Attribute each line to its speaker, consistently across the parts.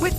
Speaker 1: With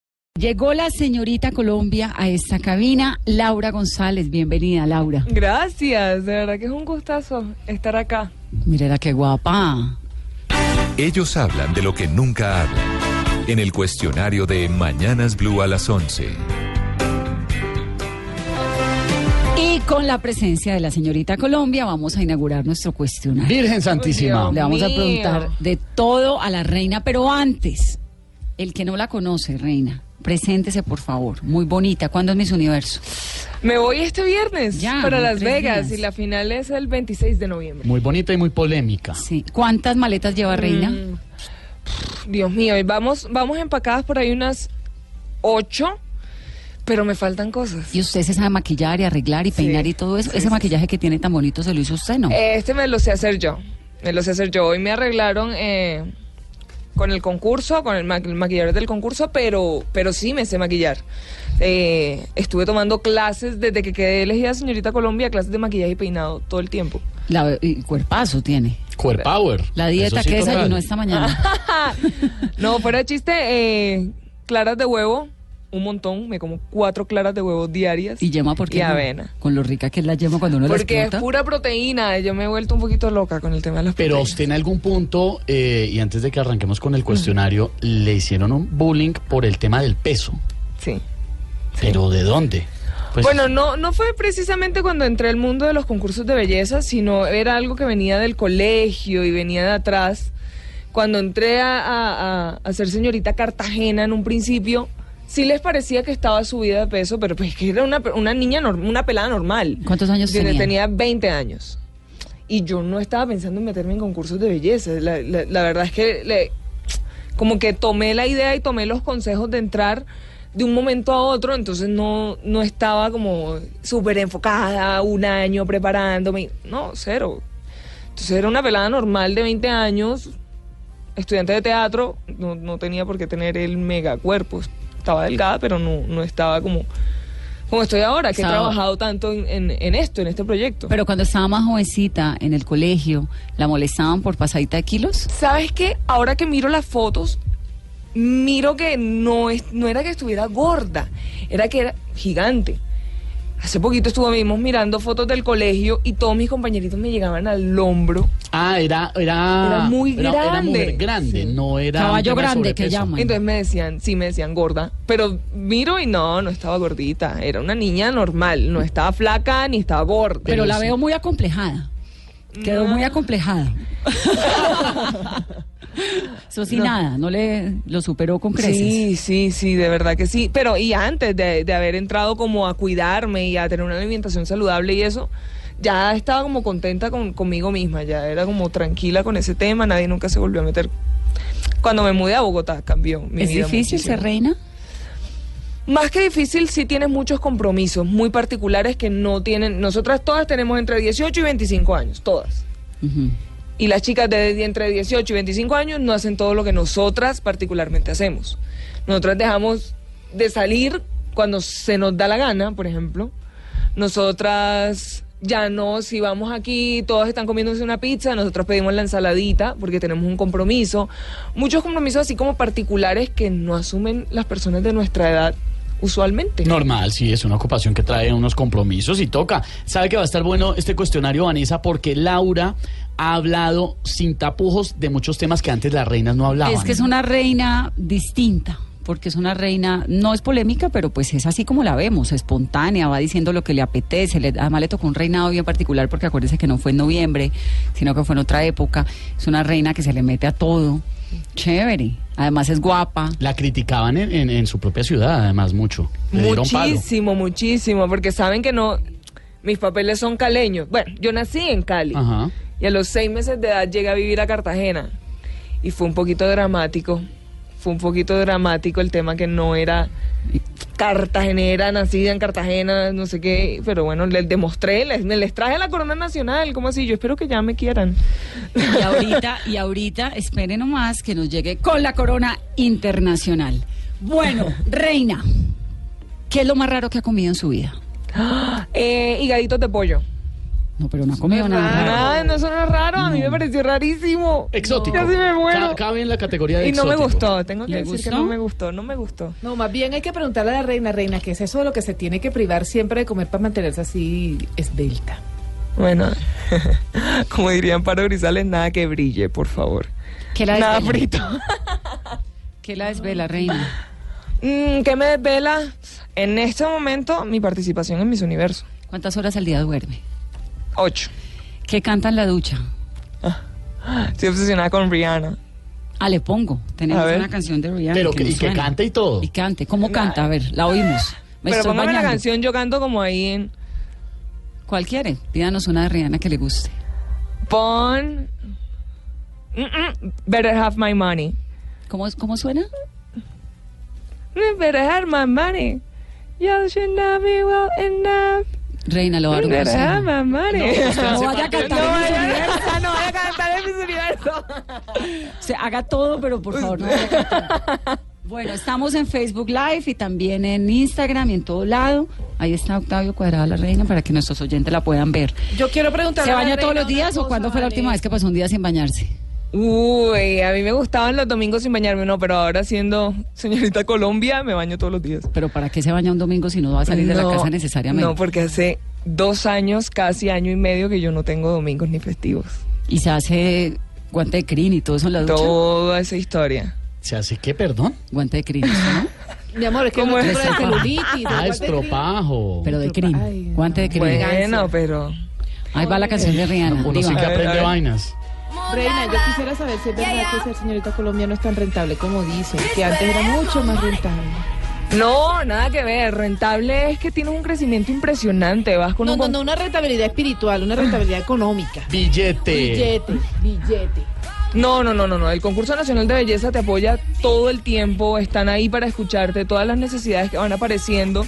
Speaker 2: Llegó la señorita Colombia a esta cabina, Laura González. Bienvenida, Laura.
Speaker 3: Gracias, de verdad que es un gustazo estar acá.
Speaker 2: Mira qué guapa.
Speaker 4: Ellos hablan de lo que nunca hablan. En el cuestionario de Mañanas Blue a las 11.
Speaker 2: Y con la presencia de la señorita Colombia vamos a inaugurar nuestro cuestionario.
Speaker 5: Virgen Santísima.
Speaker 3: Dios.
Speaker 2: Le vamos a
Speaker 3: mío.
Speaker 2: preguntar de todo a la reina, pero antes, el que no la conoce, reina, preséntese por favor. Muy bonita. ¿Cuándo es Miss Universo?
Speaker 3: Me voy este viernes
Speaker 2: Ya,
Speaker 3: para
Speaker 2: en
Speaker 3: Las
Speaker 2: tres
Speaker 3: Vegas
Speaker 2: días.
Speaker 3: y la final es el 26 de noviembre.
Speaker 5: Muy bonita y muy polémica.
Speaker 2: Sí. ¿Cuántas maletas
Speaker 3: Mm.
Speaker 2: lleva reina?
Speaker 3: Pff, Dios mío, y vamos, vamos empacadas por ahí unas ocho, pero me faltan cosas.
Speaker 2: Y usted se sabe maquillar y arreglar y peinar y todo eso. Ese maquillaje que tiene tan bonito se lo hizo usted, ¿no?
Speaker 3: Este me lo sé hacer yo, me lo sé hacer yo. Hoy me arreglaron eh, con el concurso, con el, ma- el maquillador del concurso, pero, pero sí me sé maquillar. Eh, estuve tomando clases desde que quedé elegida señorita Colombia, clases de maquillaje y peinado todo el tiempo.
Speaker 2: La, y cuerpazo tiene.
Speaker 5: Core Power.
Speaker 2: La dieta
Speaker 5: Eso sí,
Speaker 2: que
Speaker 5: total.
Speaker 2: desayunó esta mañana.
Speaker 3: No, fuera de chiste, eh, claras de huevo, un montón. Me como cuatro claras de huevo diarias.
Speaker 2: Y yema porque
Speaker 3: Y avena.
Speaker 2: con lo rica que es la yema cuando uno la
Speaker 3: Porque es
Speaker 2: explota.
Speaker 3: pura proteína. Yo me he vuelto un poquito loca con el tema de las
Speaker 5: Pero a
Speaker 3: proteínas.
Speaker 5: usted en algún punto, eh, y antes de que arranquemos con el cuestionario, le hicieron un bullying por el tema del peso.
Speaker 3: Sí.
Speaker 5: ¿Pero de dónde? Pues,
Speaker 3: bueno, no, no fue precisamente cuando entré al mundo de los concursos de belleza, sino era algo que venía del colegio y venía de atrás. Cuando entré a, a- a- a ser señorita Cartagena en un principio, sí les parecía que estaba subida de peso, pero pues que era una, una niña, norm- una pelada normal.
Speaker 2: ¿Cuántos años
Speaker 3: Tiene-
Speaker 2: tenía?
Speaker 3: Tenía 20 años. Y yo no estaba pensando en meterme en concursos de belleza. La, la- la verdad es que le- como que tomé la idea y tomé los consejos de entrar de un momento a otro, entonces no, no estaba como súper enfocada, un año preparándome. No, cero. Entonces era una pelada normal de 20 años, estudiante de teatro, no, no tenía por qué tener el mega cuerpo. Estaba delgada, pero no, no estaba como, como estoy ahora, que he
Speaker 2: Estaba-
Speaker 3: trabajado tanto en, en- en esto, en este proyecto.
Speaker 2: Pero cuando estaba más jovencita en el colegio, ¿la molestaban por pasadita de kilos?
Speaker 3: ¿Sabes qué? Ahora que miro las fotos, miro que no, es, no era que estuviera gorda, era que era gigante. Hace poquito estuvimos mirando fotos del colegio y todos mis compañeritos me llegaban al hombro.
Speaker 5: Ah, era, era,
Speaker 3: Era muy
Speaker 5: Era mujer
Speaker 3: grande.
Speaker 5: grande,
Speaker 3: Sí.
Speaker 5: no era. un
Speaker 2: Caballo
Speaker 5: tema de
Speaker 2: grande que
Speaker 5: sobrepeso.
Speaker 2: llaman.
Speaker 3: Entonces me decían, sí, me decían gorda, pero miro y no, no estaba gordita, era una niña normal, no estaba flaca ni estaba gorda.
Speaker 2: Pero, la
Speaker 5: sí.
Speaker 2: veo muy acomplejada. Quedó muy acomplejada. Eso sí, nada, no le lo superó con creces.
Speaker 3: Sí, sí, sí, de verdad que sí. Pero y antes de, de haber entrado como a cuidarme y a tener una alimentación saludable y eso, ya estaba como contenta con- conmigo misma, ya era como tranquila con ese tema, nadie nunca se volvió a meter. Cuando me mudé a Bogotá cambió mi
Speaker 2: ¿Es
Speaker 3: vida
Speaker 2: difícil
Speaker 3: muchísimo.
Speaker 2: ser reina?
Speaker 3: Más que difícil, sí tienes muchos compromisos muy particulares que no tienen. Nosotras todas tenemos entre 18 y 25 años, todas.
Speaker 2: Ujú.
Speaker 3: Y las chicas de entre 18 y 25 años no hacen todo lo que nosotras particularmente hacemos. Nosotras dejamos de salir cuando se nos da la gana, por ejemplo. Nosotras ya no, si vamos aquí, todas están comiéndose una pizza, nosotras pedimos la ensaladita porque tenemos un compromiso. Muchos compromisos así como particulares que no asumen las personas de nuestra edad usualmente.
Speaker 5: Normal, sí, es una ocupación que trae unos compromisos y toca. Sabe que va a estar bueno este cuestionario, Vanessa, porque Laura ha hablado sin tapujos de muchos temas que antes las reinas no hablaban.
Speaker 2: Es que es una reina distinta, porque es una reina, no es polémica, pero pues es así como la vemos, espontánea, va diciendo lo que le apetece. le- además le tocó un reinado bien particular, porque acuérdese que no fue en noviembre, sino que fue en otra época. Es una reina que se le mete a todo. Chévere. Además es guapa.
Speaker 5: La criticaban en, en- en su propia ciudad, además, mucho. Le dieron palo.
Speaker 3: Muchísimo, muchísimo, porque saben que no, mis papeles son caleños. Bueno, yo nací en Cali
Speaker 5: Ajá.
Speaker 3: y a los seis meses de edad llegué a vivir a Cartagena y fue un poquito dramático. fue un poquito dramático el tema que no era cartagenera, nacida en Cartagena, no sé qué, pero bueno, les demostré, les, me les traje la corona nacional, como así, yo espero que ya me quieran.
Speaker 2: Y ahorita, y ahorita, espere nomás que nos llegue con la corona internacional. Bueno, reina, ¿qué es lo más raro que ha comido en su vida?
Speaker 3: Eh, higaditos de pollo.
Speaker 2: No, pero no ha comido nada. raro.
Speaker 3: Nada, no suena raro, a mí me pareció rarísimo.
Speaker 5: Exótico.
Speaker 3: Casi me muero.
Speaker 5: Ca- cabe en la categoría de
Speaker 3: Y no me
Speaker 5: exótico.
Speaker 3: gustó, tengo que
Speaker 2: ¿Le
Speaker 3: decir que
Speaker 2: gustó?
Speaker 3: no me gustó, no me gustó.
Speaker 6: No, más bien hay que preguntarle a la reina, reina, ¿qué es eso de lo que se tiene que privar siempre de comer para mantenerse así esbelta?
Speaker 3: Bueno, como dirían Paro Grisales, nada que brille, por favor.
Speaker 2: ¿Qué la
Speaker 3: Nada
Speaker 2: desvela?
Speaker 3: frito.
Speaker 2: ¿Qué la desvela, reina?
Speaker 3: Mm, ¿Qué me desvela? En este momento, mi participación en Miss Universo.
Speaker 2: ¿Cuántas horas al día duerme?
Speaker 3: Ocho.
Speaker 2: ¿Qué canta en la ducha?
Speaker 3: Estoy obsesionada con Rihanna.
Speaker 2: Ah, le pongo. Tenemos
Speaker 3: A ver.
Speaker 2: una canción de Rihanna.
Speaker 5: Pero que,
Speaker 2: nos
Speaker 5: y que
Speaker 2: suena.
Speaker 5: cante y todo.
Speaker 2: Y cante. ¿Cómo canta? A ver, la oímos. Me
Speaker 3: Pero
Speaker 2: estoy
Speaker 3: póngame la
Speaker 2: bañando.
Speaker 3: canción, yo canto como ahí en...
Speaker 2: ¿Cuál quiere? Pídanos una de Rihanna que le guste.
Speaker 3: Pon... Mm, mm, Better have my money.
Speaker 2: ¿Cómo, cómo suena?
Speaker 3: Mm, Better have my money. You should not be well enough.
Speaker 2: Reina, lo va a dar un
Speaker 3: Better
Speaker 2: consejo.
Speaker 3: have my money.
Speaker 2: No vaya a cantar en Miss
Speaker 3: No vaya
Speaker 2: Universo.
Speaker 3: a- no vaya a cantar en Miss Universo.
Speaker 2: O sea, haga todo, pero por favor no vaya a cantar. Bueno, estamos en Facebook Live y también en Instagram y en todo lado. Ahí está Octavio Cuadrado la Reina para que nuestros oyentes la puedan ver.
Speaker 6: Yo quiero preguntarle
Speaker 2: ¿Se
Speaker 6: a la
Speaker 2: baña todos
Speaker 6: reina
Speaker 2: los días
Speaker 6: una
Speaker 2: o cuándo
Speaker 6: cosa,
Speaker 2: fue la última
Speaker 6: Ale.
Speaker 2: vez que pasó un día sin bañarse?
Speaker 3: Uy, a mí me gustaban los domingos sin bañarme, no, pero ahora siendo señorita Colombia me baño todos los días.
Speaker 2: Pero ¿para qué se baña un domingo si no va a salir de la
Speaker 3: No,
Speaker 2: casa necesariamente?
Speaker 3: No, pues- porque hace dos años, casi año y medio que yo no tengo domingos ni festivos.
Speaker 2: Y se hace guante de crin y todo eso en la ducha.
Speaker 3: Toda esa historia.
Speaker 5: ¿Se hace qué, perdón?
Speaker 2: Guante de crin, eso, ¿no?
Speaker 6: Mi amor, es que
Speaker 3: ¿Cómo
Speaker 6: no
Speaker 3: es?
Speaker 6: sufre de celulitis.
Speaker 5: Ah,
Speaker 3: pues,
Speaker 6: ¿cuál te-
Speaker 5: estropajo.
Speaker 2: Pero de crin.
Speaker 6: Ay,
Speaker 2: guante de crin.
Speaker 3: Bueno, pero
Speaker 2: Ahí va la canción de Rihanna.
Speaker 5: Uno sí
Speaker 2: diva.
Speaker 5: que aprende
Speaker 3: ver.
Speaker 5: vainas.
Speaker 6: Reina, yo quisiera saber si es verdad que ser señorita Colombia no es tan rentable como dicen, que antes era mucho más rentable.
Speaker 3: no, nada que ver. Rentable es que tienes un crecimiento impresionante. Vas con
Speaker 6: No,
Speaker 3: un
Speaker 6: no,
Speaker 3: con-
Speaker 6: no, una rentabilidad espiritual, una rentabilidad económica.
Speaker 5: Billete.
Speaker 6: Ah. Billete, billete.
Speaker 3: No, no, no, no, no. El concurso nacional de belleza te apoya todo el tiempo. Están ahí para escucharte todas las necesidades que van apareciendo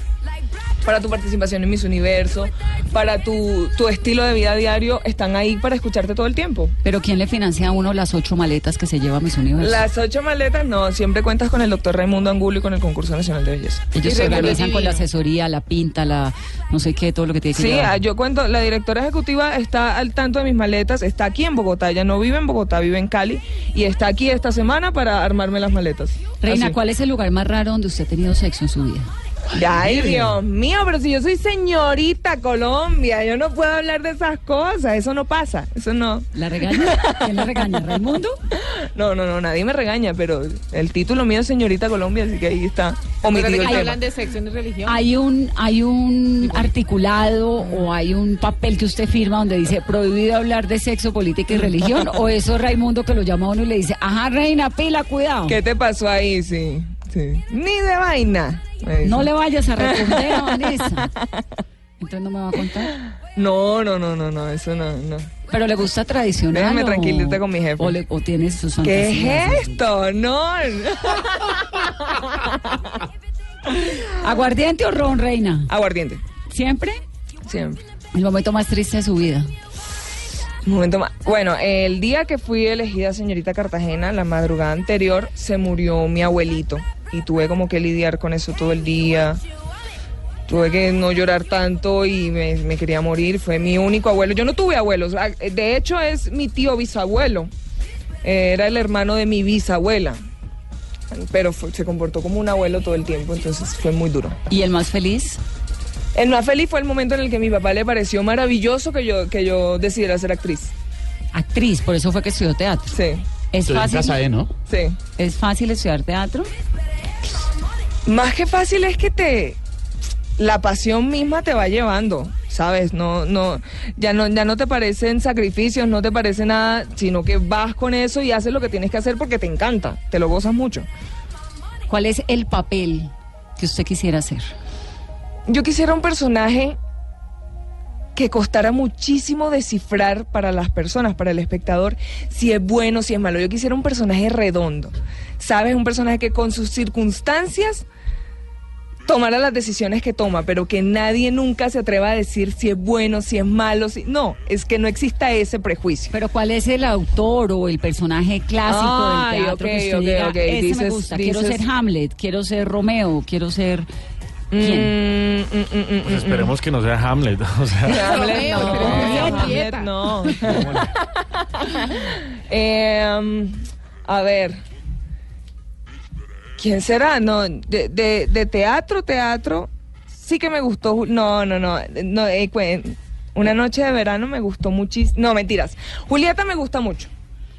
Speaker 3: para tu participación en Miss Universo, para tu, tu estilo de vida diario. Están ahí para escucharte todo el tiempo.
Speaker 2: Pero ¿quién le financia a uno las ocho maletas que se lleva a mis universos?
Speaker 3: Las ocho maletas, no. Siempre cuentas con el doctor Raimundo Angulo y con el concurso nacional de belleza.
Speaker 2: Ellos
Speaker 6: Y
Speaker 2: se
Speaker 6: regalo
Speaker 2: organizan
Speaker 6: divino.
Speaker 2: con la asesoría, la pinta, la no sé qué, todo lo que tiene que
Speaker 3: Sí,
Speaker 2: llevar.
Speaker 3: ah, yo cuento, la directora ejecutiva está al tanto de mis maletas, está aquí en Bogotá, ella no vive en Bogotá, vive en Cali y está aquí esta semana para armarme las maletas.
Speaker 2: Reina,
Speaker 3: Así.
Speaker 2: ¿cuál es el lugar más raro donde usted ha tenido sexo en su vida?
Speaker 3: Ay, Dios mío, pero si yo soy señorita Colombia, yo no puedo hablar de esas cosas, eso no pasa, eso no.
Speaker 2: ¿La regaña? ¿Quién la regaña? ¿Raimundo?
Speaker 3: No, no, no, nadie me regaña, pero el título mío es señorita Colombia, así que ahí está omitido el
Speaker 6: Ahí
Speaker 3: tema.
Speaker 6: hablan de sexo y religión.
Speaker 2: ¿Hay un, ¿Hay un articulado o hay un papel que usted firma donde dice prohibido hablar de sexo, política y religión? ¿O eso es Raimundo que lo llama a uno y le dice, ajá, reina, pila, cuidado?
Speaker 3: ¿Qué te pasó ahí? Sí, sí. Ni de vaina. me dice.
Speaker 2: No le vayas a responder, Vanessa. Entonces no me va a contar.
Speaker 3: no, no, no, no, no, eso no, no.
Speaker 2: Pero le gusta tradicional.
Speaker 3: Déjame
Speaker 2: o-
Speaker 3: tranquilita con mi jefe.
Speaker 2: O, le- o tiene sus
Speaker 3: ¿Qué
Speaker 2: fantasías.
Speaker 3: es esto? No.
Speaker 2: ¿Aguardiente o ron, reina?
Speaker 3: Aguardiente,
Speaker 2: ¿Siempre?
Speaker 3: siempre.
Speaker 2: El momento más triste de su vida.
Speaker 3: Un momento más. Bueno, el día que fui elegida señorita Cartagena, la madrugada anterior, se murió mi abuelito. Y tuve como que lidiar con eso todo el día. Tuve que no llorar tanto y me, me quería morir. Fue mi único abuelo. Yo no tuve abuelos. Ah, De hecho, es mi tío bisabuelo. Era el hermano de mi bisabuela. Pero fue- se comportó como un abuelo todo el tiempo, entonces fue muy duro.
Speaker 2: ¿Y el más feliz?
Speaker 3: El más feliz fue el momento en el que a mi papá le pareció maravilloso que yo, que yo decidiera ser actriz.
Speaker 2: Actriz, por eso fue que estudió teatro.
Speaker 3: Sí,
Speaker 2: ¿Es
Speaker 5: Estoy en
Speaker 2: fácil,
Speaker 5: casa de, ¿no?
Speaker 3: sí.
Speaker 2: ¿Es fácil estudiar teatro?
Speaker 3: Más que fácil es que te la pasión misma te va llevando, ¿sabes? No, no, ya no, ya no te parecen sacrificios, no te parece nada, sino que vas con eso y haces lo que tienes que hacer porque te encanta, te lo gozas mucho.
Speaker 2: ¿Cuál es el papel que usted quisiera hacer?
Speaker 3: Yo quisiera un personaje que costara muchísimo descifrar para las personas, para el espectador, si es bueno, si es malo. Yo quisiera un personaje redondo, ¿sabes? Un personaje que con sus circunstancias tomara las decisiones que toma, pero que nadie nunca se atreva a decir si es bueno, si es malo, si... No, es que no exista ese prejuicio.
Speaker 2: Pero ¿cuál es el autor o el personaje clásico
Speaker 3: Ay,
Speaker 2: del teatro
Speaker 3: ok,
Speaker 2: que usted
Speaker 3: ok,
Speaker 2: diga,
Speaker 3: ok,
Speaker 2: "Ese me
Speaker 3: dices-
Speaker 2: gusta, quiero
Speaker 3: dices-
Speaker 2: ser Hamlet, quiero ser Romeo, quiero ser quién?
Speaker 3: Mm, mm, mm, mm, mm,
Speaker 7: Pues Esperemos que no sea Hamlet. O sea,
Speaker 3: Hamlet
Speaker 6: Romeo,
Speaker 3: no.
Speaker 6: Julieta.
Speaker 3: Hamlet no. Em, a ver. ¿Quién será? No, de, de- de teatro, teatro. Sí que me gustó. Ju- No, no, no. no eh, cuen- una noche de verano me gustó muchísimo. No, mentiras. Julieta me gusta mucho.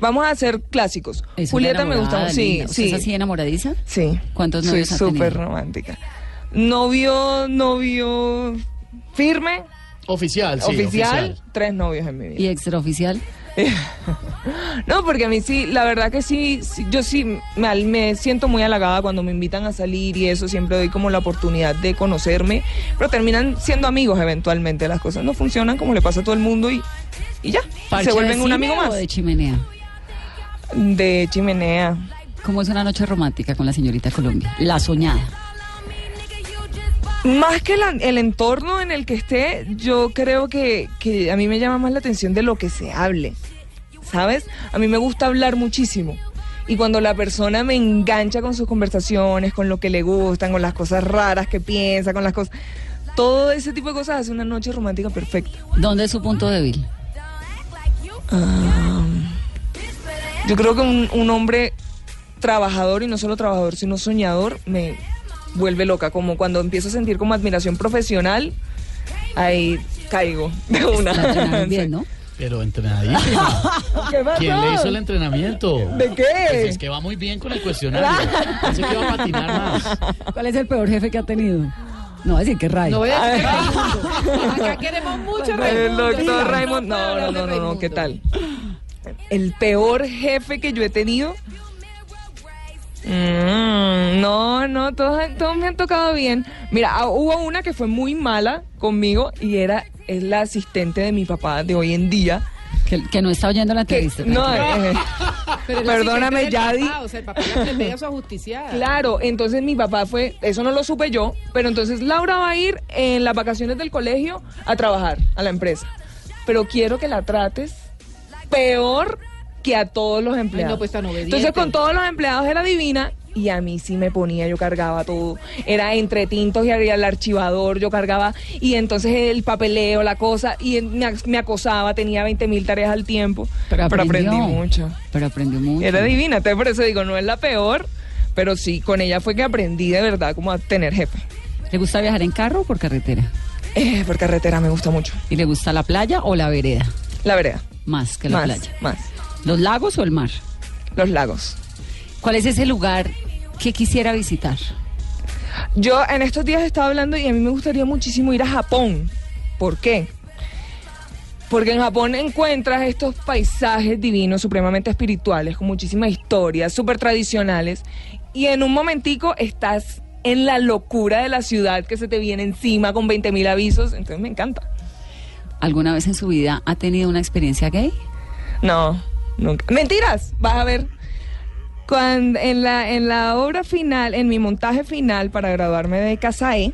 Speaker 3: Vamos a hacer clásicos.
Speaker 2: Es una
Speaker 3: Julieta me gusta
Speaker 2: enamorada,
Speaker 3: mucho. Sí,
Speaker 2: linda. ¿Usted
Speaker 3: sí.
Speaker 2: ¿Es así de enamoradiza?
Speaker 3: Sí.
Speaker 2: ¿Cuántos novios ha
Speaker 3: Soy súper
Speaker 2: tenido?
Speaker 3: romántica. Novio, novio firme,
Speaker 5: Oficial, sí.
Speaker 3: oficial, tres novios en mi
Speaker 2: ¿Y
Speaker 3: vida.
Speaker 2: extraoficial?
Speaker 3: No, porque a mí sí, la verdad que sí, sí, yo sí me, al- me siento muy halagada cuando me invitan a salir y eso, siempre doy como la oportunidad de conocerme, pero terminan siendo amigos eventualmente, las cosas no funcionan como le pasa a todo el mundo y, y ya,
Speaker 2: ¿Parche
Speaker 3: se
Speaker 2: de
Speaker 3: vuelven un
Speaker 2: cine
Speaker 3: amigo
Speaker 2: o
Speaker 3: más.
Speaker 2: de chimenea?
Speaker 3: De chimenea.
Speaker 2: ¿Cómo es una noche romántica con la señorita Colombia? La soñada.
Speaker 3: Más que la- el entorno en el que esté, yo creo que, que a mí me llama más la atención de lo que se hable, ¿sabes? A mí me gusta hablar muchísimo. Y cuando la persona me engancha con sus conversaciones, con lo que le gustan, con las cosas raras que piensa, con las cosas... Todo ese tipo de cosas hace una noche romántica perfecta.
Speaker 2: ¿Dónde es su punto débil?
Speaker 3: Ah, Yo creo que un, un hombre trabajador, y no solo trabajador, sino soñador, me vuelve loca. Como cuando empiezo a sentir como admiración profesional, ahí caigo de una.
Speaker 2: La entrenaron bien, ¿no?
Speaker 5: Pero entrenadísima.
Speaker 3: ¿Qué pasó?
Speaker 5: ¿Quién le hizo el entrenamiento?
Speaker 3: ¿De qué?
Speaker 5: Pues es que va muy bien con el cuestionario. Pensé que iba a patinar más.
Speaker 2: ¿Cuál es el peor jefe que ha tenido? No, es decir, que Ray.
Speaker 6: No voy a decir Raimundo. Acá queremos mucho a
Speaker 3: El
Speaker 6: Raimundo.
Speaker 3: doctor
Speaker 6: Estamos
Speaker 3: Raymond.
Speaker 6: para
Speaker 3: No, no,
Speaker 6: hablar de
Speaker 3: no, no, no, ¿qué
Speaker 6: Raimundo.
Speaker 3: tal? El peor jefe que yo he tenido. Mm, no, no, todos, todos me han tocado bien. Mira, ah, hubo una que fue muy mala conmigo y era es la asistente de mi papá de hoy en día.
Speaker 2: que, que no está oyendo la
Speaker 3: Que,
Speaker 2: entrevista.
Speaker 3: no, eh, eh,
Speaker 6: Pero el
Speaker 3: Perdóname,
Speaker 6: asistente del
Speaker 3: Yadi.
Speaker 6: papá, Ah, O sea, el papá le pedía a su ajusticiada.
Speaker 3: Claro, entonces mi papá fue, eso no lo supe yo, pero entonces Laura va a ir en las vacaciones del colegio a trabajar a la empresa. Pero quiero que la trates peor que a todos los empleados.
Speaker 6: pues, tan obediente.
Speaker 3: Entonces con todos los empleados era divina y a mí sí me ponía, yo cargaba todo. Era entre tintos y había el archivador, yo cargaba y entonces el papeleo, la cosa, y él me, ac- me acosaba, tenía 20 mil tareas al tiempo. aprendí mucho.
Speaker 2: Pero aprendió mucho.
Speaker 3: Era divina, entonces por eso digo, no es la peor, pero sí, con ella fue que aprendí de verdad cómo a tener jefe.
Speaker 2: ¿Le gusta viajar en carro o por carretera?
Speaker 3: Eh, por carretera me gusta mucho.
Speaker 2: ¿Y le gusta la playa o la vereda?
Speaker 3: La vereda.
Speaker 2: Más que la
Speaker 3: Más,
Speaker 2: playa.
Speaker 3: más.
Speaker 2: ¿Los lagos o el mar?
Speaker 3: Los lagos.
Speaker 2: ¿Cuál es ese lugar que quisiera visitar?
Speaker 3: Yo en estos días estaba hablando y a mí me gustaría muchísimo ir a Japón. ¿Por qué? Porque en Japón encuentras estos paisajes divinos, supremamente espirituales, con muchísima historia, súper tradicionales. Y en un momentico estás en la locura de la ciudad que se te viene encima con 20.000 avisos. Entonces me encanta.
Speaker 2: ¿Alguna vez en su vida ha tenido una experiencia gay?
Speaker 3: No, nunca. Mentiras, vas a ver. Cuando, en, la, en la obra final, en mi montaje final para graduarme de Casae,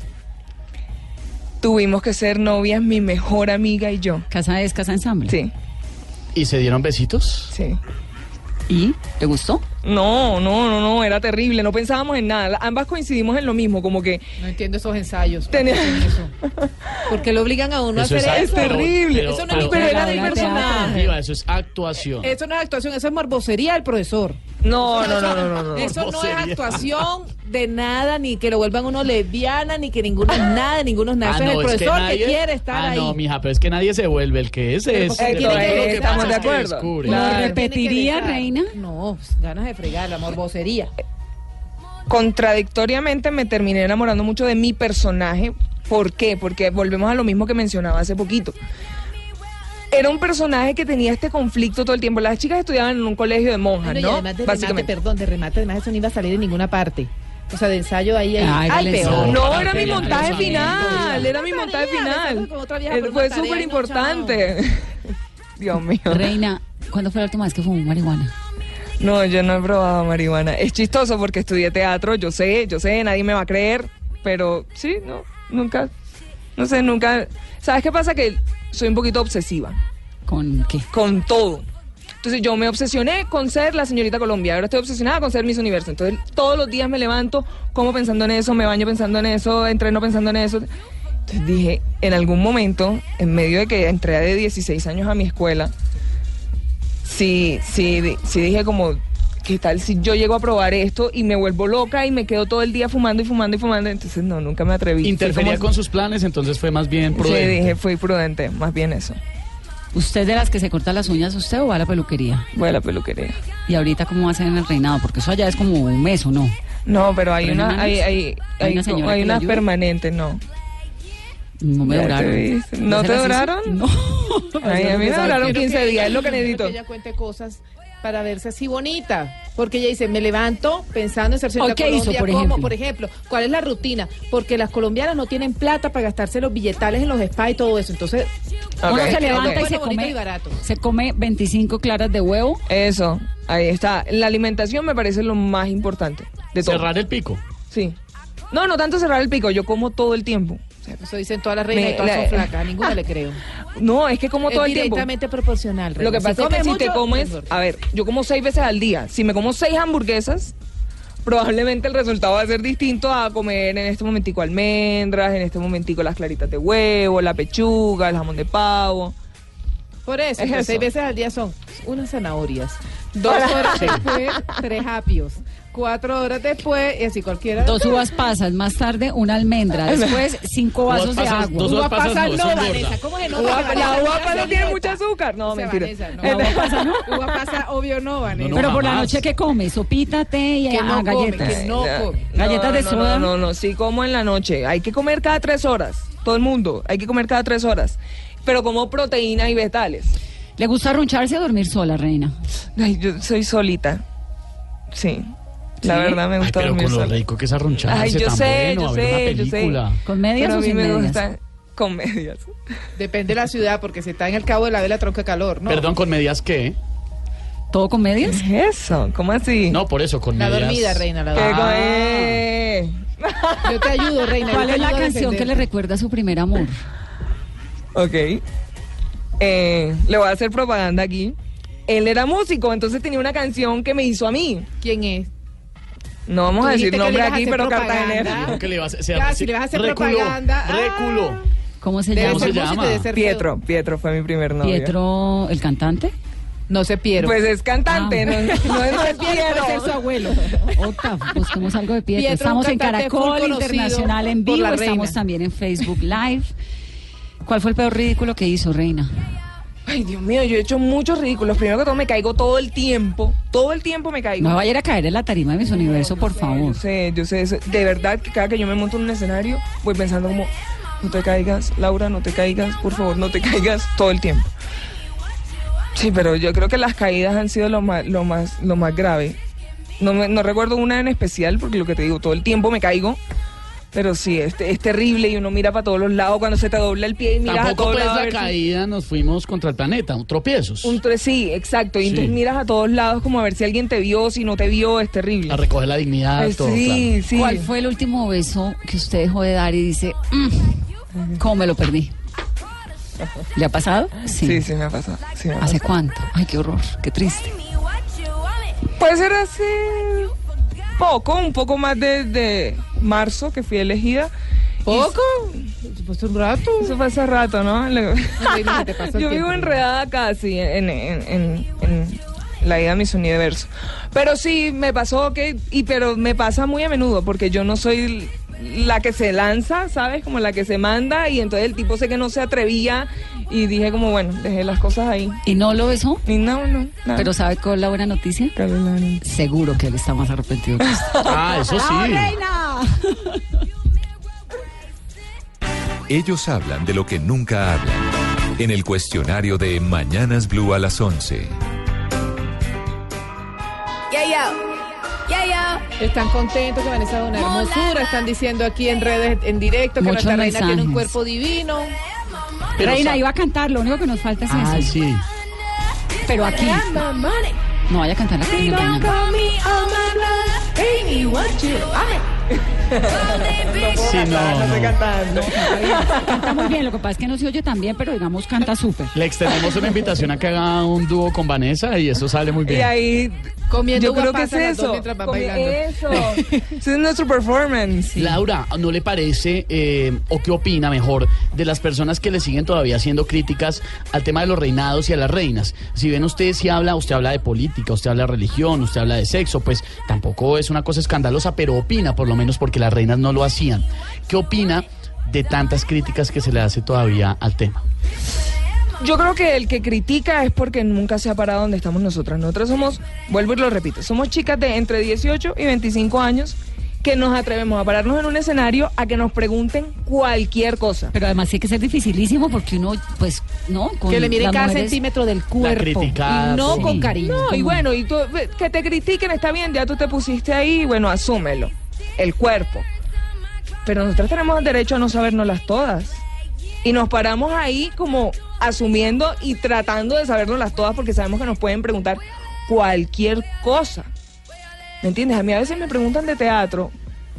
Speaker 3: tuvimos que ser novias mi mejor amiga y yo.
Speaker 2: ¿Casa es casa ensamble?
Speaker 3: Sí,
Speaker 5: ¿Y se dieron besitos?
Speaker 3: sí.
Speaker 2: ¿Y? ¿Te gustó?
Speaker 3: No, no, no, no, era terrible, no pensábamos en nada. Ambas coincidimos en lo mismo, como que
Speaker 6: No entiendo esos ensayos. ¿Por
Speaker 3: Tenía-
Speaker 6: qué hacen eso? ¿Por qué lo obligan a uno
Speaker 5: Eso
Speaker 6: a
Speaker 5: es
Speaker 6: hacer
Speaker 5: arte,
Speaker 6: eso?
Speaker 5: pero-
Speaker 3: terrible.
Speaker 5: pero-
Speaker 6: Eso no
Speaker 5: pero-
Speaker 6: es
Speaker 3: Pero era
Speaker 6: de
Speaker 3: del
Speaker 6: teatro.
Speaker 3: personaje.
Speaker 5: Viva, Eso es actuación.
Speaker 6: Eso no es actuación, eso es morbosería del profesor.
Speaker 3: no, no, no, no, no. no.
Speaker 6: Eso no es
Speaker 5: Morbosería.
Speaker 6: actuación de nada, ni que lo vuelvan uno lesbiana, ni que ninguno es nada, ninguno es nada.
Speaker 5: Ah,
Speaker 6: Eso es
Speaker 5: no,
Speaker 6: el
Speaker 5: que
Speaker 6: profesor que,
Speaker 5: nadie-
Speaker 6: quiere estar
Speaker 5: ah,
Speaker 6: ahí.
Speaker 5: no, mija, pero es que nadie se vuelve el que es. es
Speaker 6: porque tiene que-
Speaker 5: Lo
Speaker 6: estamos
Speaker 5: pasa
Speaker 6: de
Speaker 5: es que
Speaker 3: acuerdo.
Speaker 5: descubre.
Speaker 3: Claro.
Speaker 6: Tiene que
Speaker 2: ¿Repetiría,
Speaker 6: dejar.
Speaker 2: reina?
Speaker 6: No, pues, ganas de fregar, la morbosería.
Speaker 3: contradictoriamente me terminé enamorando mucho de mi personaje. ¿Por qué? Porque volvemos a lo mismo que mencionaba hace poquito. Era un personaje que tenía este conflicto todo el tiempo. Las chicas estudiaban en un colegio de monjas,
Speaker 6: Bueno, Ah, y
Speaker 3: Ah, ¿no?
Speaker 6: además de remate,
Speaker 3: Básicamente.
Speaker 6: perdón, de remate, además eso no iba a salir en ninguna parte. O sea, de ensayo ahí, ahí.
Speaker 2: Ah, era el
Speaker 6: peor.
Speaker 2: ensayo.
Speaker 3: No, era
Speaker 5: Ay,
Speaker 3: mi
Speaker 5: ya,
Speaker 3: montaje
Speaker 5: ya,
Speaker 3: final,
Speaker 6: ya.
Speaker 3: era mi montaje
Speaker 6: Tarea,
Speaker 3: final.
Speaker 6: besando con otra vieja
Speaker 3: Eh,
Speaker 6: por una
Speaker 3: Fue
Speaker 6: tarea,
Speaker 3: súper importante. Dios mío.
Speaker 2: Reina, ¿cuándo fue la última vez que fumó marihuana?
Speaker 3: No, yo no he probado marihuana. Es chistoso porque estudié teatro, yo sé, yo sé, nadie me va a creer, pero sí, no, nunca, no sé, nunca. ¿Sabes qué pasa? Que soy un poquito obsesiva
Speaker 2: ¿Con qué?
Speaker 3: con todo. Entonces yo me obsesioné con ser la señorita Colombia, ahora estoy obsesionada con ser Miss Universo. Entonces todos los días me levanto, como pensando en eso, me baño pensando en eso, entreno pensando en eso. Entonces dije, en algún momento, en medio de que entré de 16 años a mi escuela, sí, sí, sí dije como, ¿qué tal si yo llego a probar esto y me vuelvo loca y me quedo todo el día fumando y fumando y fumando? Entonces no, nunca me atreví.
Speaker 5: Interfería con sus planes, entonces fue más bien
Speaker 3: Sí, dije,
Speaker 5: prudente.
Speaker 3: fui prudente, más bien eso.
Speaker 2: ¿Usted de las que se corta las uñas, usted o va a la peluquería?
Speaker 3: Voy a la peluquería.
Speaker 2: ¿Y ahorita cómo va a ser en el reinado? Porque eso allá es como un mes o no.
Speaker 3: No, pero hay
Speaker 2: ¿Pero hay
Speaker 3: una,
Speaker 2: manes?
Speaker 3: hay, hay,
Speaker 2: ¿Hay
Speaker 3: hay,
Speaker 2: una
Speaker 3: co-
Speaker 2: señora
Speaker 3: hay
Speaker 2: que le
Speaker 3: unas
Speaker 2: ayude?
Speaker 3: permanentes, no.
Speaker 2: No me
Speaker 3: Ya te
Speaker 2: duraron.
Speaker 3: viste.
Speaker 2: ¿Ya
Speaker 3: ¿No
Speaker 2: se las
Speaker 3: te
Speaker 2: hizo?
Speaker 3: duraron?
Speaker 2: No.
Speaker 3: Ay, a mí me duraron 15 días, es lo que necesito.
Speaker 6: Que ella cuente cosas para verse así bonita. Porque ella dice, me levanto pensando en ser señorita
Speaker 2: ¿O qué hizo,
Speaker 6: Colombia,
Speaker 2: por
Speaker 6: ¿cómo?
Speaker 2: ejemplo?
Speaker 6: por ejemplo, cuál es la rutina, porque las colombianas no tienen plata para gastarse los billetales en los spas y todo eso. Entonces,
Speaker 3: Ok,
Speaker 2: Uno se levanta
Speaker 3: ok.
Speaker 2: y se
Speaker 6: Bueno, bonito
Speaker 2: come,
Speaker 6: y barato.
Speaker 2: se come 25 claras de huevo.
Speaker 3: Eso, ahí está. La alimentación me parece lo más importante de todo.
Speaker 5: Cerrar el pico.
Speaker 3: Sí. No, no tanto cerrar el pico, yo como todo el tiempo. O sea,
Speaker 6: eso dicen todas las reinas
Speaker 3: Me-
Speaker 6: y todas
Speaker 3: la-
Speaker 6: son flacas. A ninguna le creo.
Speaker 3: No, es que como
Speaker 6: es
Speaker 3: todo el tiempo.
Speaker 6: directamente proporcional.
Speaker 3: Lo
Speaker 6: reina.
Speaker 3: que pasa es que si te
Speaker 6: mucho,
Speaker 3: comes,
Speaker 6: mejor.
Speaker 3: a ver, yo como seis veces al día. Si me como seis hamburguesas, probablemente el resultado va a ser distinto a comer en este momentico almendras, en este momentico las claritas de huevo, la pechuga, el jamón de pavo.
Speaker 6: Por eso,
Speaker 3: Es
Speaker 6: pues,
Speaker 3: eso.
Speaker 6: seis veces al día son unas zanahorias, dos horas después, tres apios, cuatro horas después, y así cualquiera.
Speaker 2: Dos uvas pasas, más tarde una almendra, después cinco
Speaker 5: Uvas
Speaker 2: vasos de
Speaker 5: pasas,
Speaker 2: agua.
Speaker 5: dos
Speaker 6: Uva
Speaker 5: uvas pasas,
Speaker 6: pasa
Speaker 5: no,
Speaker 6: no,
Speaker 5: son
Speaker 6: Vanessa.
Speaker 5: gordas.
Speaker 6: ¿Cómo se nota?
Speaker 3: Uva-
Speaker 6: que
Speaker 3: la
Speaker 6: Vanessa
Speaker 3: uva
Speaker 6: está
Speaker 3: pasa tiene
Speaker 6: dieta?
Speaker 3: mucho azúcar. No,
Speaker 6: O sea,
Speaker 3: mentira.
Speaker 6: Vanessa, no,
Speaker 3: Eh,
Speaker 6: uva pasa, ¿no? Uva pasa, obvio no, Vanessa.
Speaker 5: No,
Speaker 2: Pero por la
Speaker 5: jamás.
Speaker 2: noche, ¿qué come? Sopita, té y
Speaker 6: Que
Speaker 2: ah,
Speaker 6: no come,
Speaker 2: galletas.
Speaker 6: que no
Speaker 3: eh,
Speaker 6: come.
Speaker 2: Galletas de
Speaker 3: no,
Speaker 2: soda.
Speaker 3: No, no, no, sí como en la noche. Hay que comer cada tres horas. Todo el mundo, hay que comer cada tres horas. Pero como proteínas y vegetales.
Speaker 2: ¿Le gusta roncharse a dormir sola, reina?
Speaker 3: Ay, yo soy solita. Sí. La
Speaker 2: ¿Sí?
Speaker 3: verdad me
Speaker 5: Ay,
Speaker 3: gusta
Speaker 5: pero
Speaker 3: dormir
Speaker 5: con lo
Speaker 3: sola.
Speaker 5: rico que es arroncharse
Speaker 3: Ay, yo
Speaker 5: tan
Speaker 3: sé,
Speaker 5: bueno,
Speaker 3: yo
Speaker 5: a ver
Speaker 3: sé,
Speaker 5: una
Speaker 3: yo sé.
Speaker 5: película.
Speaker 2: ¿Con medias
Speaker 3: Pero a
Speaker 2: o
Speaker 3: mí
Speaker 2: sin
Speaker 3: me
Speaker 2: medias?
Speaker 3: gusta con medias.
Speaker 6: Depende de la ciudad, porque si está en el Cabo de la Vela, tronca calor, ¿no?
Speaker 5: Perdón, ¿con medias qué?
Speaker 2: ¿Todo con medias?
Speaker 3: ¿Qué es eso? ¿Cómo así?
Speaker 5: No, Ah. por eso, con
Speaker 6: La
Speaker 5: medias.
Speaker 6: dormida, reina, la
Speaker 3: ¿Qué
Speaker 6: dormida.
Speaker 3: co- eh?
Speaker 6: Yo te ayudo, reina.
Speaker 2: ¿Cuál
Speaker 6: yo te
Speaker 2: es la
Speaker 6: ayudo a
Speaker 2: canción que le
Speaker 6: defenderte.
Speaker 2: recuerda a su primer amor?
Speaker 3: Ok. Eh, le voy a hacer propaganda aquí. Él era músico, entonces tenía una canción que me hizo a mí.
Speaker 6: ¿Quién es?
Speaker 3: No vamos
Speaker 6: Tú
Speaker 3: a decir
Speaker 6: dijiste que le
Speaker 3: nombre
Speaker 6: ibas a
Speaker 3: aquí,
Speaker 6: hacer
Speaker 3: pero
Speaker 6: propaganda.
Speaker 3: cartagenera.
Speaker 5: Creo que le vas a hacer,
Speaker 6: Ya, si le vas a hacer propaganda, ah.
Speaker 5: Reculo.
Speaker 2: ¿Cómo se
Speaker 6: Debe
Speaker 2: llama?
Speaker 5: se
Speaker 6: ser
Speaker 5: llama?
Speaker 6: músico y debe ser
Speaker 3: Pietro, Pietro fue mi primer novio.
Speaker 2: Pietro, el cantante.
Speaker 6: feo. No se Piero.
Speaker 3: Pues es cantante,
Speaker 2: Ah.
Speaker 3: no, no es, no es Piero.
Speaker 6: Puede ser su abuelo.
Speaker 2: Octaf, busquemos algo de Pietro.
Speaker 6: Pietro,
Speaker 2: estamos
Speaker 6: un
Speaker 2: en
Speaker 6: cantante full
Speaker 2: Caracol
Speaker 6: conocido
Speaker 2: Internacional en
Speaker 6: por
Speaker 2: vivo,
Speaker 6: la reina.
Speaker 2: estamos también en Facebook Live. ¿Cuál fue el peor ridículo que hizo, reina?
Speaker 3: Ay, Dios mío, yo he hecho muchos ridículos. Primero que todo, me caigo todo el tiempo. Todo el tiempo me caigo.
Speaker 2: No vaya a ir a caer en la tarima de mis universo, por favor.
Speaker 3: Yo sé, yo sé, eso. de verdad que cada que yo me monto en un escenario, voy pensando como, no te caigas, Laura, no te caigas, por favor, no te caigas, todo el tiempo. Sí, pero yo creo que las caídas han sido lo más, lo más, lo más grave. No, me- no recuerdo una en especial, porque lo que te digo, todo el tiempo me caigo. Pero sí, es, es terrible y uno mira para todos los lados cuando se te dobla el pie y miras a
Speaker 5: Tampoco
Speaker 3: todos
Speaker 5: pues
Speaker 3: lados. a
Speaker 5: la
Speaker 3: ver si-
Speaker 5: caída nos fuimos contra el planeta, un tropiezos.
Speaker 3: un tre- sí, exacto. Y tú
Speaker 5: Sí.
Speaker 3: miras a todos lados como a ver si alguien te vio, si no te vio, es terrible.
Speaker 5: A recoger la dignidad,
Speaker 3: Ay,
Speaker 5: todo,
Speaker 3: sí, sí.
Speaker 2: ¿Cuál fue el último beso que usted dejó de dar y dice, "Mm, cómo me lo perdí? ¿Le ha pasado?
Speaker 3: Sí, sí me ha pasado. sí me ha
Speaker 2: ¿Hace
Speaker 3: pasado.
Speaker 2: cuánto? Ay, qué horror, qué triste.
Speaker 3: Puede ser hace poco, un poco más desde marzo que fui elegida.
Speaker 6: ¿Poco? Pues un rato.
Speaker 3: Eso fue hace rato, ¿no? Le-
Speaker 6: Reina, se te pasó el
Speaker 3: Yo vivo
Speaker 6: tiempo.
Speaker 3: enredada casi en, en- en- en la idea de mis universo. Pero sí, me pasó que, y pero me pasa muy a menudo, porque yo no soy la que se lanza, ¿sabes? Como la que se manda, y entonces el tipo sé que no se atrevía, y dije como, bueno, dejé las cosas ahí.
Speaker 2: ¿Y no lo besó?
Speaker 3: Y no, no, nada.
Speaker 2: Pero ¿sabe cuál es la buena noticia?
Speaker 3: Carolina.
Speaker 2: Seguro que él está más arrepentido que usted.
Speaker 5: plan. Ah, eso sí.
Speaker 2: reina!
Speaker 4: Ellos hablan de lo que nunca hablan. En el cuestionario de Mañanas Blue a las 11.
Speaker 8: Yeah, yo. Yeah,
Speaker 6: bella. Están contentos que Vanessa es una hermosura. Están diciendo aquí en redes, en directo, que
Speaker 2: Muchos
Speaker 6: nuestra reina tiene un
Speaker 2: mensajes.
Speaker 6: cuerpo divino.
Speaker 5: Pero,
Speaker 2: Reina,
Speaker 5: o sea-
Speaker 2: iba a cantar, lo único que nos falta es
Speaker 5: Ah,
Speaker 2: eso.
Speaker 5: sí.
Speaker 2: Pero aquí, no vaya a cantar la canción, Reina.
Speaker 5: Sí, no, no.
Speaker 2: Canta muy bien, lo que pasa es que no se oye tan bien, pero digamos canta súper.
Speaker 5: Le extendemos una invitación a que haga un dúo con Vanessa y eso sale muy
Speaker 3: Y
Speaker 5: bien.
Speaker 3: ahí.
Speaker 6: Comiendo
Speaker 3: yo creo que es
Speaker 6: guapatas las dos
Speaker 3: eso.
Speaker 6: mientras van
Speaker 3: Come-
Speaker 6: bailando.
Speaker 3: Eso. Ese es nuestro performance.
Speaker 5: Laura, ¿no le parece eh, o qué opina mejor de las personas que le siguen todavía haciendo críticas al tema de los reinados y a las reinas? Si ven ustedes si habla, usted habla de política, usted habla de religión, usted habla de sexo, pues tampoco es una cosa escandalosa, pero opina por lo menos porque las reinas no lo hacían. ¿Qué opina de tantas críticas que se le hace todavía al tema?
Speaker 3: Yo creo que el que critica es porque nunca se ha parado donde estamos nosotras. Nosotras somos, vuelvo y lo repito, somos chicas de entre 18 y 25 años que nos atrevemos a pararnos en un escenario a que nos pregunten cualquier cosa.
Speaker 2: Pero además sí que ser dificilísimo porque uno, pues, ¿no? Con
Speaker 6: Que le miren
Speaker 2: las
Speaker 6: cada
Speaker 2: mujeres-
Speaker 6: centímetro del
Speaker 5: La
Speaker 6: cuerpo.
Speaker 5: criticada,
Speaker 6: Y no
Speaker 5: sí.
Speaker 6: con cariño.
Speaker 3: No, y
Speaker 2: ¿cómo?
Speaker 3: bueno, y tú, ve, que te critiquen está bien, ya tú te pusiste ahí, bueno, asúmelo. El cuerpo. Pero nosotras tenemos el derecho a no sabérnoslas todas. Y nos paramos ahí como asumiendo y tratando de sabérnoslas todas porque sabemos que nos pueden preguntar cualquier cosa. ¿Me entiendes? A mí a veces me preguntan de teatro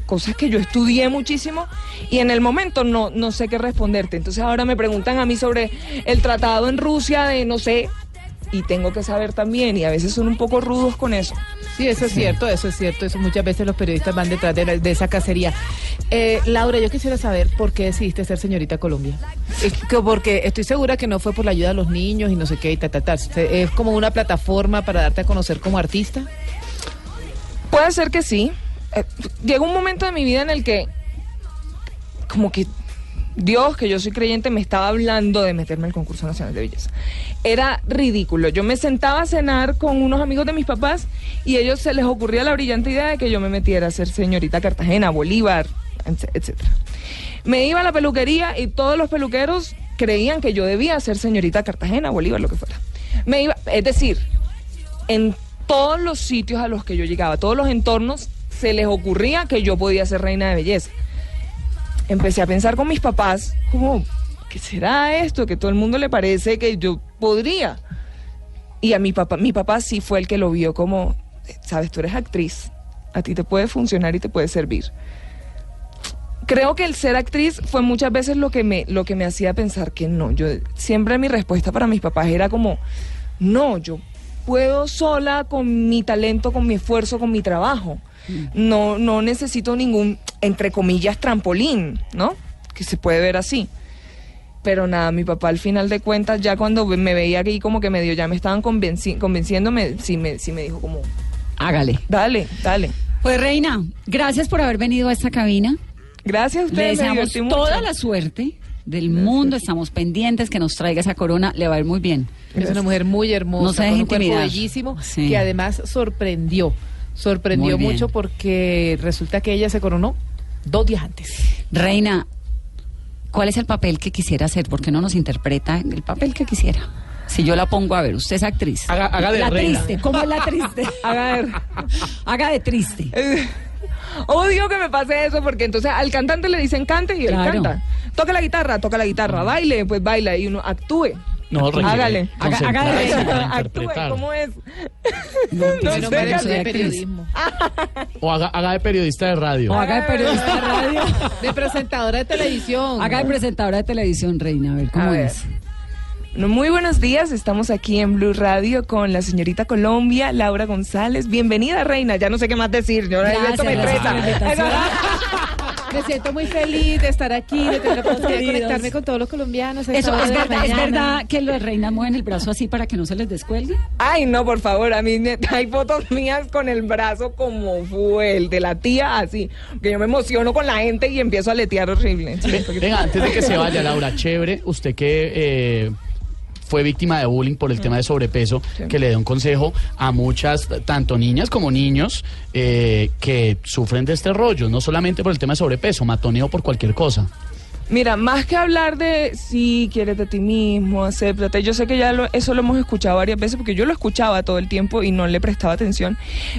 Speaker 3: cosas que yo estudié muchísimo y en el momento no, no sé qué responderte. Entonces ahora me preguntan a mí sobre el tratado en Rusia de no sé y tengo que saber también y a veces son un poco rudos con eso.
Speaker 6: Sí, eso es cierto, eso es cierto. Eso muchas veces los periodistas van detrás de, la- de esa cacería. Eh, Laura, yo quisiera saber por qué decidiste ser señorita Colombia. Es que porque estoy segura que no fue por la ayuda a los niños y no sé qué y ta, ta, ta. Se- Es como una plataforma para darte a conocer como artista.
Speaker 3: Puede ser que sí. Eh, llegó un momento de mi vida en el que como que Dios, que yo soy creyente, me estaba hablando de meterme al concurso nacional de belleza. Era ridículo. Yo me sentaba a cenar con unos amigos de mis papás y ellos se les ocurría la brillante idea de que yo me metiera a ser señorita Cartagena, Bolívar, etc- etcétera. Me iba a la peluquería y todos los peluqueros creían que yo debía ser señorita Cartagena, Bolívar, lo que fuera. Me iba, es decir, en todos los sitios a los que yo llegaba, todos los entornos, se les ocurría que yo podía ser reina de belleza empecé a pensar con mis papás, como, ¿qué será esto? Que todo el mundo le parece que yo podría. Y a mi papá, mi papá sí fue el que lo vio como, eh, sabes, tú eres actriz, a ti te puede funcionar y te puede servir. Creo que el ser actriz fue muchas veces lo que me, lo que me hacía pensar que no. Yo siempre mi respuesta para mis papás era como, no, yo puedo sola con mi talento, con mi esfuerzo, con mi trabajo.
Speaker 2: Mm.
Speaker 3: No, no necesito ningún, entre comillas, trampolín, ¿no? Que se puede ver así. Pero nada, mi papá al final de cuentas, ya cuando ve- me veía aquí como que medio ya me estaban convenci- convenciéndome, sí me, sí me dijo como,
Speaker 2: Hágale.
Speaker 3: dale, dale.
Speaker 2: Pues, Reina, gracias por haber venido a esta cabina.
Speaker 3: Gracias a
Speaker 2: Le
Speaker 3: ustedes, me
Speaker 2: deseamos
Speaker 3: divertí mucho.
Speaker 2: toda la suerte del mundo. Estamos pendientes que nos traiga esa corona. Le va a ir muy bien.
Speaker 6: Es una mujer muy hermosa,
Speaker 2: No se deje
Speaker 6: con un cuerpo
Speaker 2: intimidar.
Speaker 6: bellísimo,
Speaker 2: Sí.
Speaker 6: que además sorprendió. Sorprendió
Speaker 2: Muy bien.
Speaker 6: mucho porque resulta que ella se coronó dos días antes.
Speaker 2: Reina, ¿cuál es el papel que quisiera hacer? Porque no nos interpreta el papel que quisiera. Si yo la pongo a ver, usted es actriz.
Speaker 5: Haga- haga de
Speaker 2: la
Speaker 5: reina.
Speaker 2: triste, ¿cómo es la triste?
Speaker 3: A ver.
Speaker 2: haga de triste.
Speaker 3: Eh, Odio que me pase eso porque entonces al cantante le dicen cante y él
Speaker 2: Claro.
Speaker 3: canta. Toca la guitarra, toca la guitarra, baile, pues baila y uno actúe.
Speaker 5: No, reina,
Speaker 3: Hágale.
Speaker 2: Haga- haga de
Speaker 5: concentrarse en
Speaker 2: reina.
Speaker 3: Actúe,
Speaker 5: interpretar.
Speaker 3: ¿cómo es?
Speaker 2: pues,
Speaker 3: No
Speaker 2: yo
Speaker 3: sé,
Speaker 2: merezco
Speaker 3: Gabriel.
Speaker 2: de actriz.
Speaker 5: O haga, haga de periodista de radio.
Speaker 2: O haga de periodista de radio.
Speaker 6: De presentadora de televisión.
Speaker 2: Haga de presentadora de televisión, Reina. A ver cómo
Speaker 3: A ver.
Speaker 2: es.
Speaker 3: No, muy buenos días, estamos aquí en Blue Radio con la señorita Colombia, Laura González. Bienvenida, reina. Ya no sé qué más decir. Yo ahora
Speaker 2: Gracias,
Speaker 3: esto me
Speaker 2: gracias por la
Speaker 3: estresa.
Speaker 2: invitación.
Speaker 6: Me siento muy feliz de estar aquí, de tener la posibilidad de
Speaker 2: Queridos.
Speaker 6: conectarme con todos los colombianos. a esta
Speaker 2: Eso
Speaker 6: hora
Speaker 2: es
Speaker 6: de la
Speaker 2: verdad, es
Speaker 6: mañana.
Speaker 2: verdad que las reinas mueven el brazo así para que no se les descuelgue.
Speaker 3: Ay, no, por favor, a mí me- hay fotos mías con el brazo como fue el de la tía, así, que yo me emociono con la gente y empiezo a letear horrible. Sí,
Speaker 5: Ve-
Speaker 3: porque-
Speaker 5: Venga, antes de que se vaya, Laura, chévere, usted que eh, fue víctima de bullying por el tema de sobrepeso, que le dé un consejo a muchas, tanto niñas como niños, eh, que sufren de este rollo, no solamente por el tema de sobrepeso, matoneo por cualquier cosa.
Speaker 3: Mira, más que hablar de sí, quiérete a ti mismo, acéptate, yo sé que ya lo- eso lo hemos escuchado varias veces porque yo lo escuchaba todo el tiempo y no le prestaba atención,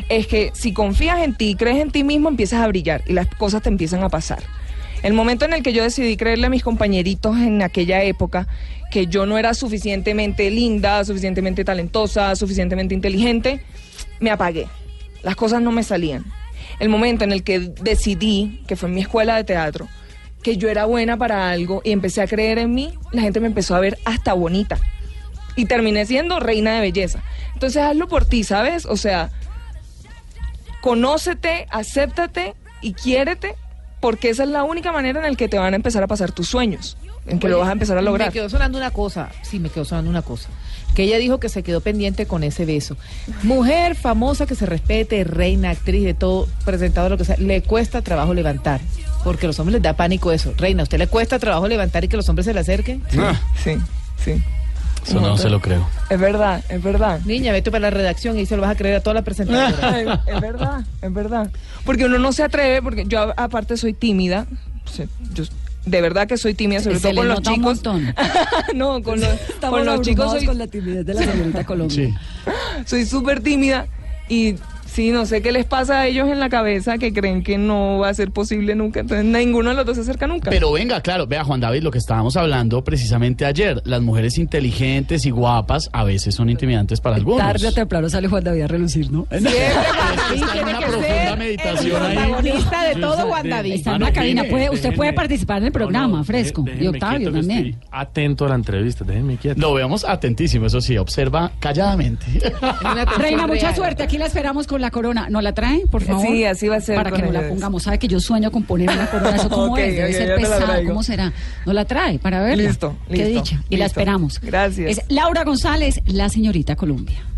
Speaker 3: es que si confías en ti y crees en ti mismo, empiezas a brillar y las cosas te empiezan a pasar. El momento en el que yo decidí creerle a mis compañeritos en aquella época que yo no era suficientemente linda, suficientemente talentosa, suficientemente inteligente, me apagué. Las cosas no me salían. El momento en el que decidí, que fue en mi escuela de teatro, que yo era buena para algo y empecé a creer en mí, la gente me empezó a ver hasta bonita. Y terminé siendo reina de belleza. Entonces hazlo por ti, ¿sabes? O sea, conócete, acéptate y quiérete, porque esa es la única manera en la que te van a empezar a pasar tus sueños, en que lo
Speaker 6: Oye,
Speaker 3: vas a empezar a lograr.
Speaker 6: Me quedó sonando una cosa, sí, me quedó sonando una cosa. Que ella dijo que se quedó pendiente con ese beso. Mujer famosa que se respete, reina, actriz de todo, presentadora, lo que sea, le cuesta trabajo levantar. Porque a los hombres les da pánico eso. Reina, ¿a usted le cuesta trabajo levantar y que los hombres se le acerquen?
Speaker 3: Sí, sí.
Speaker 5: Ah, Eso no se lo creo.
Speaker 3: Es verdad, es verdad.
Speaker 6: Niña, vete para la redacción y se lo vas a creer a todas las presentadoras.
Speaker 3: Ay, es verdad, es verdad. Porque uno no se atreve, porque yo a- aparte soy tímida. se- Yo de verdad que soy tímida, sobre
Speaker 2: Se
Speaker 3: todo
Speaker 2: le
Speaker 3: con los
Speaker 2: nota un
Speaker 3: chicos.
Speaker 2: montón.
Speaker 3: no, con los, con los chicos soy
Speaker 2: la timidez de la señorita Colombia.
Speaker 5: Sí.
Speaker 3: soy súper tímida y sí, no sé qué les pasa a ellos en la cabeza que creen que no va a ser posible nunca. Entonces ninguno de los dos se acerca nunca.
Speaker 5: Pero venga, claro, vea Juan David, lo que estábamos hablando precisamente ayer, las mujeres inteligentes y guapas a veces son intimidantes para algunos.
Speaker 2: Tarde o temprano sale Juan David a relucir, ¿no?
Speaker 3: Eh,
Speaker 5: Está en
Speaker 6: tiene
Speaker 5: una
Speaker 6: que
Speaker 5: profunda
Speaker 6: ser
Speaker 5: meditación ahí.
Speaker 6: protagonista de todo, Juan David.
Speaker 2: Está en la cabina, puede- usted puede participar en el programa, fresco.
Speaker 7: de- déjenme
Speaker 2: y Octavio
Speaker 7: quieto que
Speaker 2: también.
Speaker 7: estoy atento a la entrevista, déjenme quieto.
Speaker 5: Lo vemos atentísimo, eso sí, observa calladamente.
Speaker 2: Reina, mucha suerte. Aquí la esperamos con la corona. ¿No la traen, por favor?
Speaker 3: Sí, así va a ser
Speaker 2: Para que
Speaker 3: con
Speaker 2: no la
Speaker 3: ellos.
Speaker 2: pongamos. Sabe que yo sueño con poner una corona. ¿Eso cómo
Speaker 3: Ok,
Speaker 2: es? Debe
Speaker 3: ok,
Speaker 2: ser
Speaker 3: yo te la
Speaker 2: pesado.
Speaker 3: traigo.
Speaker 2: ¿Cómo será? ¿No la trae para verla?
Speaker 3: Listo,
Speaker 2: Qué
Speaker 3: listo,
Speaker 2: dicha. Y la
Speaker 3: listo.
Speaker 2: esperamos.
Speaker 3: Gracias.
Speaker 2: Es Laura González, la señorita Colombia.